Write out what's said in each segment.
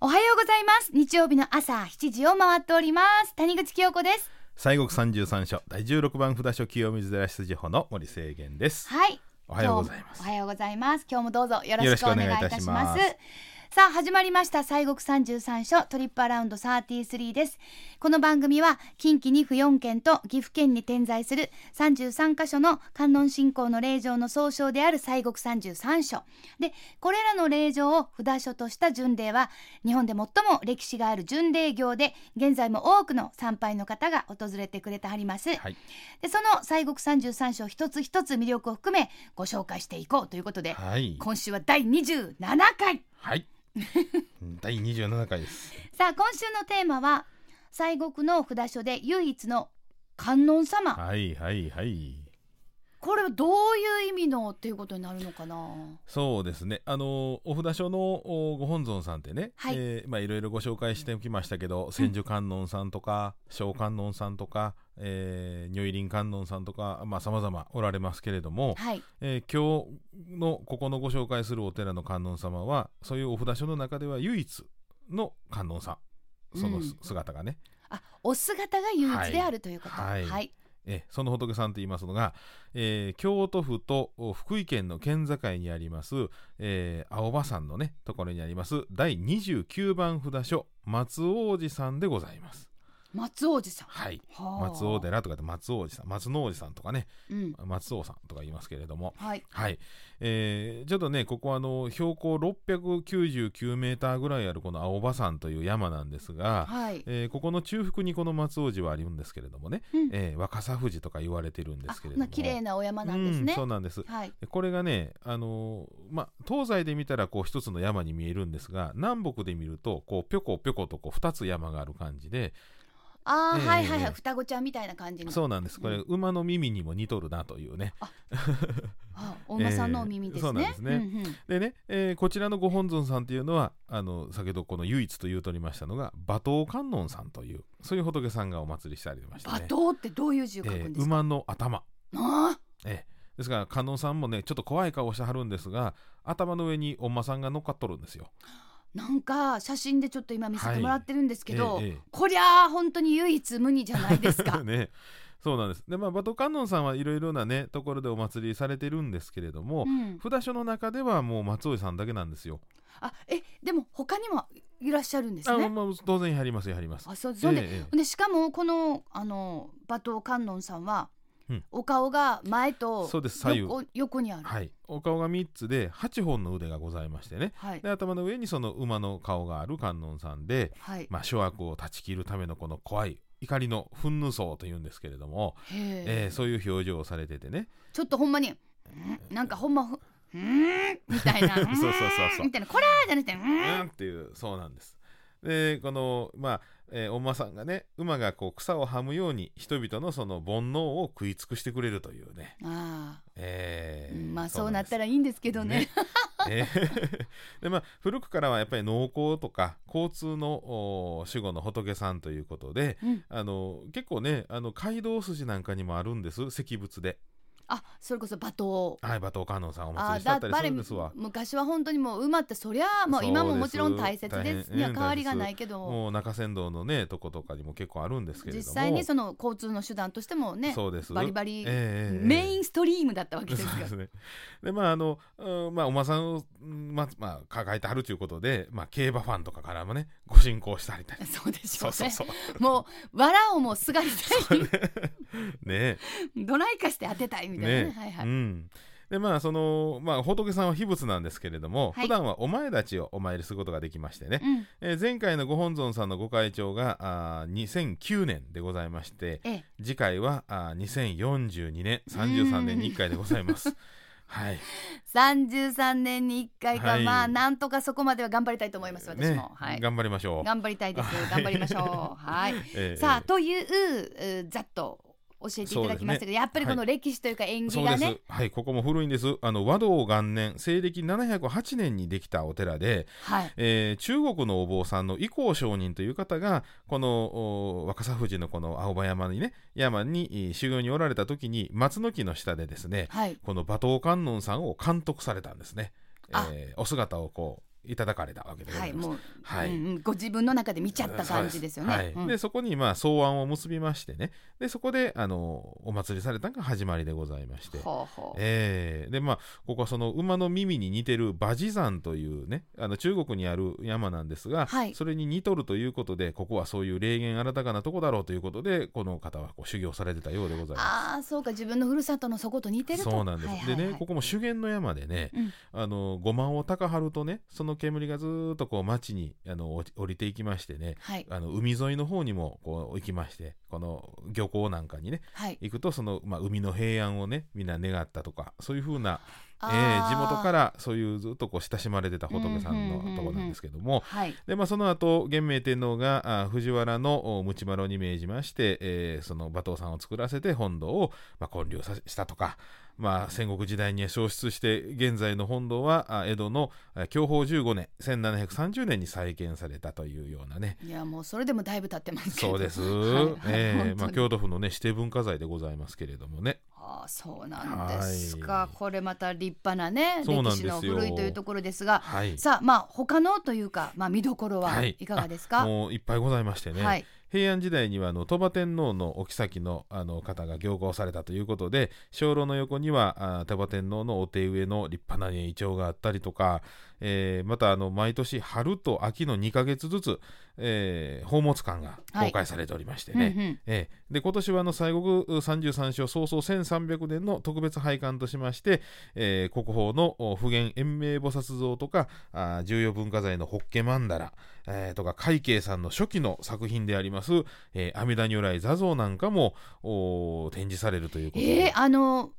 おはようございます日曜日の朝7時を回っております谷口清子です西国三十三所第十六番札所清水寺出自法の森清源です。はいおはようございま今す日もおはようございます今日もどうぞよろしくお願いいたしますよろしくお願いいたしさあ始まりました西国三十三所トリップアラウンド33ですこの番組は近畿2府4県と岐阜県に点在する33箇所の観音信仰の霊場の総称である西国三十三所でこれらの霊場を札所とした巡礼は日本で最も歴史がある巡礼業で現在も多くの参拝の方が訪れてくれてはります、はい、でその西国三十三所一つ一つ魅力を含めご紹介していこうということで、はい、今週は第27回はい。第二十七回です。 さあ今週のテーマは西国の札所で唯一の観音様はい、はい、はい。これはどういう意味のっていうことになるのかなそうですね。あのお札所のおご本尊さんってね、はいえーまあいろいろご紹介してきましたけど、千手観音さんとか小観音さんとか、えー、如意輪観音さんとか、まあ様々おられますけれども、はいえー、今日のここのご紹介するお寺の観音様はそういうお札所の中では唯一の観音さんそのすうん姿がね、あお姿が唯一であるということは、はいいえーその仏さんと言いますのが、えー京都府とお福井県の県境にあります、えー青葉山のねところにあります第29番札所松王子さんでございます。松王子さんはいはあ松王寺とかって松王子さん松の王子さんとかねうん松王さんとか言いますけれどもはいはい、えーちょっとねここはあの標高699メーターぐらいあるこの青葉山という山なんですが、はい、えーここの中腹にこの松尾寺はあるんですけれどもね、うんえー若狭富士とか言われてるんであすけれどまもあ綺麗なお山なんですうねそうなんですはいでこれがね、あのーまあ、東西で見たらこう一つの山に見えるんですが南北で見るとこうぴょこぴょことこう二つ山がある感じであー、ええはいはいはえいえ双子ちゃんみたいな感じのそうなんですこれ、う馬の耳にも似とるなというねあお馬さんのお耳ですね、ええそうなんでうんうんでね、えーこちらのご本尊さんというのはあの先ほどこの唯一と言うとりましたのが馬頭観音さんというそういう仏さんがお祭りしてありました馬ね。頭ってどういう字を書くえんーですか、馬の頭あですから観音さんもねちょっと怖い顔してはるんですが頭の上にお馬さんが乗っかっとるんですよ。ーなんか写真でちょっと今見せてもらってるんですけど、えーえこりゃあ本当に唯一無二じゃないですーか ね、そうなんですで、まあ、馬頭観音さんはいろいろなねところでお祭りされてるんですけれども、うん、札所の中ではもう松尾さんだけなんですよ。あえでも他にもいらっしゃるんですあねまあ、当然やりますやります。あそうそんで,、えーえーでしかもこのあの馬頭観音さんは、うんお顔が前とそうです左右横横にある、はい、お顔が3つで8本の腕がございましてねはいで頭の上にその馬の顔がある観音さんで、はいまあ、諸悪を断ち切るためのこの怖い怒りの憤怒層というんですけれども、へええーそういう表情をされててねちょっとほんまに、んなんかほんまふ、んーみたいな、 そうそうそうそうんみたいな、こらーじゃなくて、んうーんっていうそうなんです。でこのまあ、えーお馬さんがね馬がこう草をはむように人々のその煩悩を食い尽くしてくれるというね、ああ、えーまあそうなっったたらいいんですけどね。ねでまあ、古くからはやっぱり農耕とか交通のお守護の仏さんということで うん、あの結構ねあの街道筋なんかにもあるんです石仏であ、それこそ馬頭。はい馬頭観音さんお祭ありしーただったりするんですわバレ昔は本当にもう馬ってそりゃあもうそうです今ももちろん大切です大変には変わりがうんないけどもう中山道のねとことかにも結構あるんですけれど実も際にその交通の手段としてもねそうですバリバリええええメインストリームだったわ けですそうかでらすね。でまああの、うんまあお馬さんを、うんまあまあ、抱えてはるということで、まあ、競馬ファンとかからもねご進行したりた りそうでしそょううそうねそうもう藁をもうすがりたいね ドライ化して当てたいみたいなねねはいはういん、でまあその、まあ、仏さんは秘仏なんですけれども、はい普段はお前たちをお参りすることができましてね、うんえー前回のご本尊さんのご会長があー2009年でございましてええ次回はあー2042年33年に1回でござ います。はい、 33年に1回か、はいまあなんとかそこまでは頑張りたいと思います私も、ねはい頑張りましょう。頑張りたいです頑張りましょうはい、 えーさあといううーざっと教えていただきましたけど、やっぱりこの歴史というか縁起そうでがす、ね、はい、ここも古いんですあの和道元年西暦708年にできたお寺で、はいえー中国のお坊さんの伊光上人という方がこのお若狭富士のこの青葉山にね山にえー修行におられた時に松の木の下でですねはいこの馬頭観音さんを監督されたんですねあ、えーお姿をこういただかれたわけでござはいい、ます。もう、はいうんうんご自分の中で見ちゃった感じですよね。はいうんでそこにまあ草案を結びましてねでそこであのお祭りされたのが始まりでございまして。ほうほうえーでまあここはその馬の耳に似てる馬ジ山というねあの中国にある山なんですが、はいそれに似とるということでここはそういう霊言新たかなとこだろうということでこの方はこう修行されてたようでございます。ああ、そうか、自分の故郷のそこと似てると。そうなんです、はいはいはいでねここも修験の山でね、うんあの五万を高張るとねその煙がずーっとこう町にあのお降りていきましてねはい、あの海沿いの方にもこう行きましてこの漁港なんかにねはい。行くとその、まあ、海の平安をねみんな願ったとかそういうふうな、えあーー地元か。らそういうずっとこう親しまれてた仏さんうんうんうんうんのとこなんですけども、はい。でまあ、その後元明天皇があー藤原のお鞭丸に命じまして、えーその馬頭さんを作らせて本堂を、まあ、建立させしたとか、まあ、戦国時代に消失して現在の本堂はあ江戸のえー享保15年1730年に再建されたというようなねいや、もう、それでもだいぶ経ってますけど。そうです。はいはいええ本当にまあ京都府のね指定文化財でございますけれどもね。ああそうなんですか、はいこれまた立派なねそう歴なんで史すよの古いというところですがはい。さあまあ他のというか、まあ、見どころははいいかがですか、はいもういっぱいございましてね。平安時代にはあの鳥羽天皇のお妃のあの方が行幸されたということで鐘楼の横にはあ鳥羽天皇のお手植えの立派なねイチョウがあったりとか、えーまたあの毎年春と秋の2ヶ月ずつ、えー、宝物館が公開されておりましてね、うんうんええ、で今年はあの西国33章早々1300年の特別拝観としまして、えー国宝のお普賢延命菩薩像とかあー重要文化財のホッケ曼荼羅、えーとか海慶さんの初期の作品であります、えー、阿弥陀如来座像なんかもおー展示されるということで、えー、あの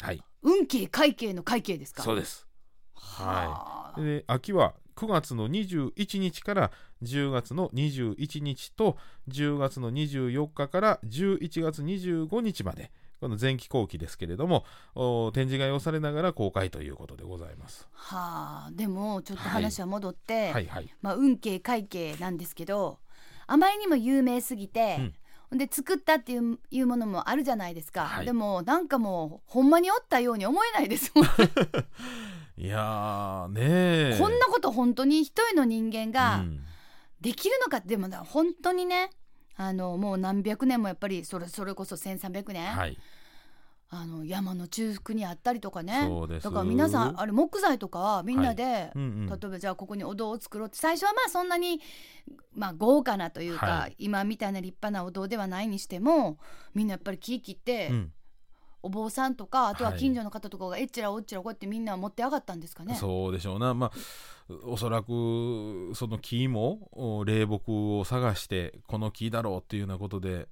はい、運慶会計の会計ですかそううですはあで秋は9月の21日から10月の21日と10月の24日から11月25日までこの前期後期ですけれどもお展示会をされながら公開ということでございます。はあでもちょっと話は戻って、はいはい、まあ、運慶会計なんですけどあまりにも有名すぎて、で作ったっていういうものもあるじゃないですか、はいでもなんかもうほんまにおったように思えないですもんいやーねえこんなこと本当に一人の人間うがんできるのかって、でもな本当にねあのもう何百年もやっぱりそれそれこそ1,300年、はい、あの山の中腹にあったりとかねそうですだから皆さんあれ木材とかはみんなで、うんうん例えばじゃあここにお堂を作ろうって最初はまあそんなに、まあ、豪華なというか、は今みたいな立派なお堂ではないにしてもみんなやっぱり木切って、うんお坊さんとかあとははい近所の方とかがえっちらおっちらこうやってみんな持って上がったんですかね。そうでしょうな、まあ、おそらくその木もお霊木を探してこの木だろうっていうようなことで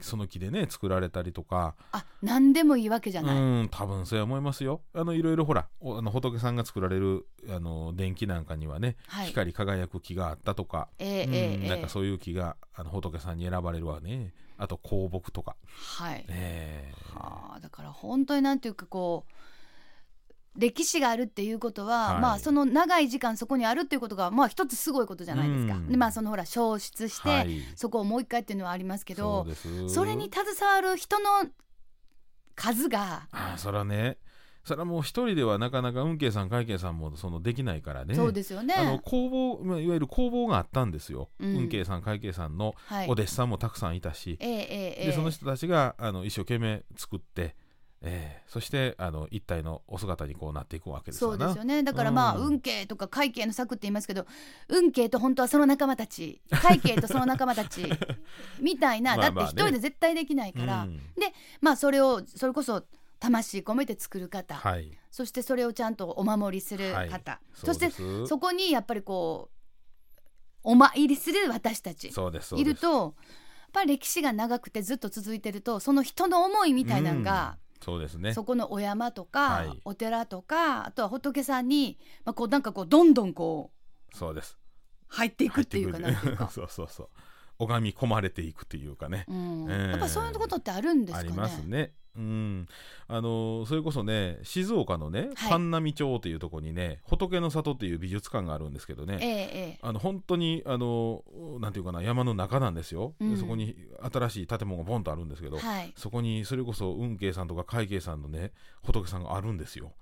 その木でね作られたりとかあ何でもいいわけじゃうない。ん多分そう思いますよあのいろいろほらおあの仏さんが作られるあの電気なんかにはね、はい、光り輝く木があったとか、ええうんええなんええかそういう木があの仏さんに選ばれるわねあと香木とかはい、ねはあだから本当になんていうかこう歴史があるっていうことは、はいまあその長い時間そこにあるっていうことがまあ一つすごいことじゃないですか。うんでまあそのほら消失して、はいそこをもう一回っていうのはありますけどそうですそれに携わる人の数が、ああそらねそらもう一人ではなかなか運慶さん会慶さんもそのできないからねそうですよね。あの工房まあいわゆる工房があったんですよ、うん運慶さん会慶さんのはいお、弟子さんもたくさんいたし、ええええええでその人たちがあの一生懸命作って、えーそしてあの一体のお姿にこうなっていくわけですそようですなよねだからまあ、うん運慶とか会慶の策って言いますけど運慶と本当はその仲間た ち会慶とその仲間たちみたいなまだあってまあ一ね人で絶対できないから、うんまあそれをそれこそ魂込めて作る方、はい、そしてそれをちゃんとお守りする方、はいそしてそうですそこにやっぱりこうお参りする私たちそうですそういでするとやっぱり歴史が長くてずっと続いてるとその人の思いみたいなのが、うんそうですねそこのお山とか、はいお寺とかあとは仏さんに、まあ、こうなんかこうどんどんこうそうです入っていくっていうかな入んっててくいるうか、 そうそうそう拝み込まれていくというかねうん ええやっぱそういうことってあるんですあかね。りますね。うん、あのそれこそね静岡のねはい神波町というとこにね仏の里という美術館があるんですけどね、ええええあの本当にあのなんていうかな山の中なんですよ、うんそこに新しい建物がボンとあるんですけど、はい、そこ にそれこそ運慶さんとか海慶さんのね仏さんがあるんですよ。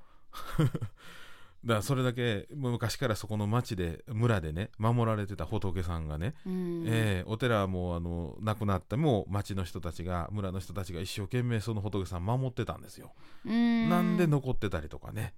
だからそれだけもう昔からそこの町で村でね守られてた仏さんがね、うんえーお寺はもうあの亡くなっても町の人たちが村の人たちが一生懸命その仏さん守ってたんですよ。うんなんで残ってたりとかね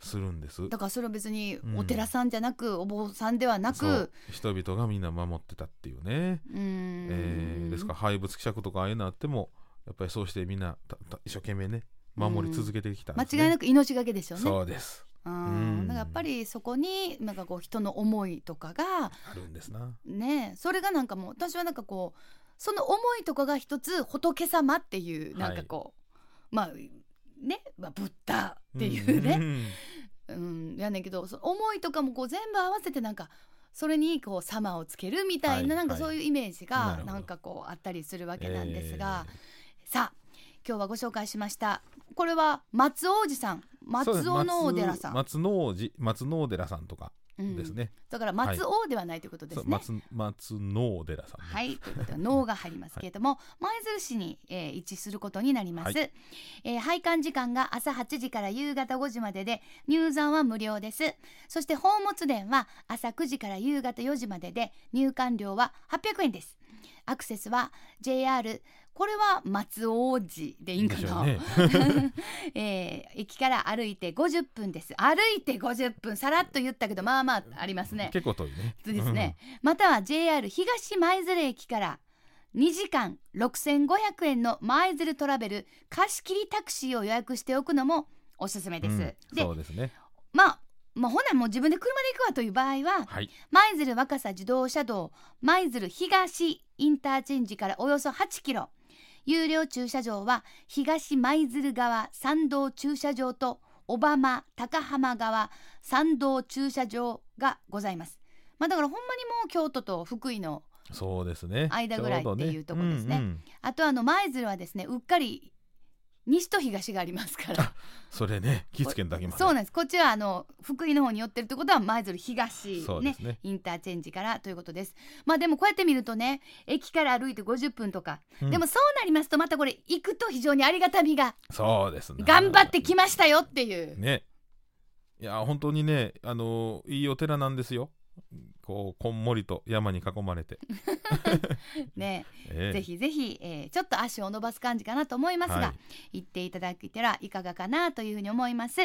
するんです。だからそれは別にうんお寺さんじゃなく、お坊さんではなそくう人々がみんな守ってたっていうね。うんえーですから廃仏希釈とかああいうのあってもやっぱりそうしてみんなたた一生懸命ね守り続けてきたん間です、違いなく命がけでしょうねそうですううんんだからやっぱりそこになんかこう人の思いとかがあるんですな。ねそれがなんかもう私はなんかこうその思いとかが一つ仏様っていうはないんかこう、まあね、まあ、ブッダっていうね、うんやねんけどその思いとかもこう全部合わせてなんかそれにこう様をつけるみたいな、はいなんかそういうイメージなるがほどなんかこうあったりするわわけなんですが、さあ今日はご紹介しましたこれは松王子さん松尾のお寺さん、松能寺松能寺さんとかうんですね。だから松王ではないということでそすうね。松松能寺さんね、はい、ということで脳が入りますけれども、前鶴市に、えー位置することになります、はえー拝観時間が朝8時から夕方5時までで入山は無料ですそして宝物殿は朝9時から夕方4時までで入館料は800円ですアクセスは JR これは松王子でいいんかでしょな、うね えー駅から歩いて50分です歩いて50分さらっと言ったけどまあまあありますね結構遠いね。そうですね、または JR 東舞鶴駅から2時間6500円の舞鶴トラベル貸し切りタクシーを予約しておくのもおすすめうでん。す。うんでそうですね。まあまあ、ほなもう自分で車で行くわという場合ははい。舞鶴若狭自動車道舞鶴東インターチェンジからおよそ8キロ有料駐車場は東舞鶴側参道駐車場と小浜高浜側参道駐車場がございます。まあ、だからほんまにもう京都と福井のそうですね。間ぐらいちょどっていうとこですねうんうんあとあの舞鶴はですねうっかり西と東がありますからそれね、気付けんだけまで。そうなんですこっちはあの福井の方に寄ってるってことは舞鶴東そうでねすね。インターチェンジからということですまあでもこうやって見るとね駅から歩いて50分とか、うんでもそうなりますとまたこれ行くと非常にありがたみがそうですね。頑張ってきましたよっていう、ね。いや本当にね、あのいいお寺なんですよ。こうこんもりと山に囲まれて。ねええぜひぜひ、えーちょっと足を伸ばす感じかなと思いますが、はい行っていただけたらいかがかなというふうに思います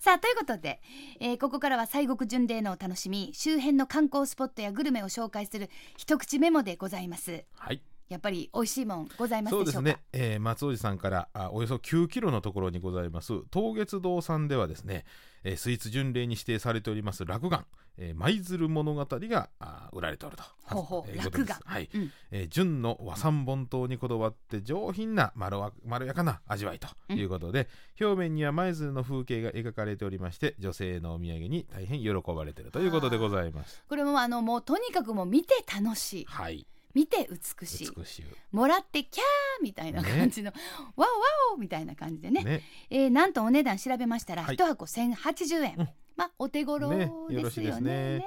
さあということで、えーここからは西国巡礼のお楽しみ周辺の観光スポットやグルメを紹介する一口メモでございますはい。やっぱり美味しいもんございますそうでしでょすうかね、えー松尾寺さんからあおよそ9キロのところにございます東月堂さんではですね、えースイーツ巡礼に指定されております落雁えー舞鶴物語があ売られておると。ほうほうえーことです落雁はい、うんえー純の和三本刀にこだわって上品なまろわまろやかな味わいということで、表面には舞鶴の風景が描かれておりまして女性のお土産に大変喜ばれているということでございます。これもあのもうとにかくもう見て楽しいはい、見て美しい美しもらってキャーみたいな感じの、ワオワオみたいな感じでいねねえーなんとお値段調べましたらはい一箱1080円、うんまあお手頃ねよでろしすいでよすねね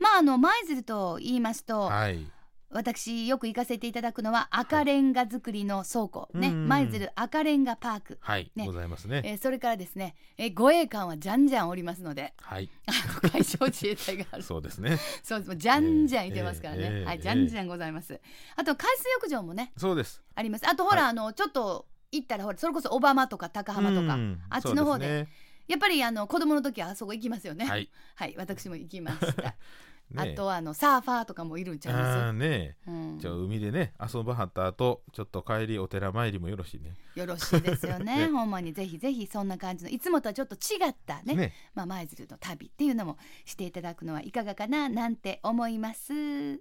まああの舞鶴と言いますと、はい、私よく行かせていただくのは赤レンガ作りの倉庫、ねうんうんうん舞鶴赤レンガパーク、はい、ねございますね。えーそれからですね、えー護衛官はじゃんじゃんおりますの ではい、あの海上自衛隊があるそうですね。そうですもうじゃんじゃんいてますからね、えーえーはいえーじゃんじゃんございますあと海水浴場もねそうです。ありますあとほら、はあのちょっと行ったらほらそれこそ小浜とか高浜とか、うんあっちの方でそうすやっぱりあの子供の時はあそこ行きますよねね、ははい、い、私も行きました、 あ ねとはあのサーファーとかもいるんちゃいあまーねす、うんじゃあ海でね遊ばはった後ちょっと帰りお寺参りもよろしいねよろしいですよね ねほんまにぜひぜひそんな感じのいつもとはちょっと違ったねねまあ舞鶴の旅っていうのもしていただくのはいかがかななんて思います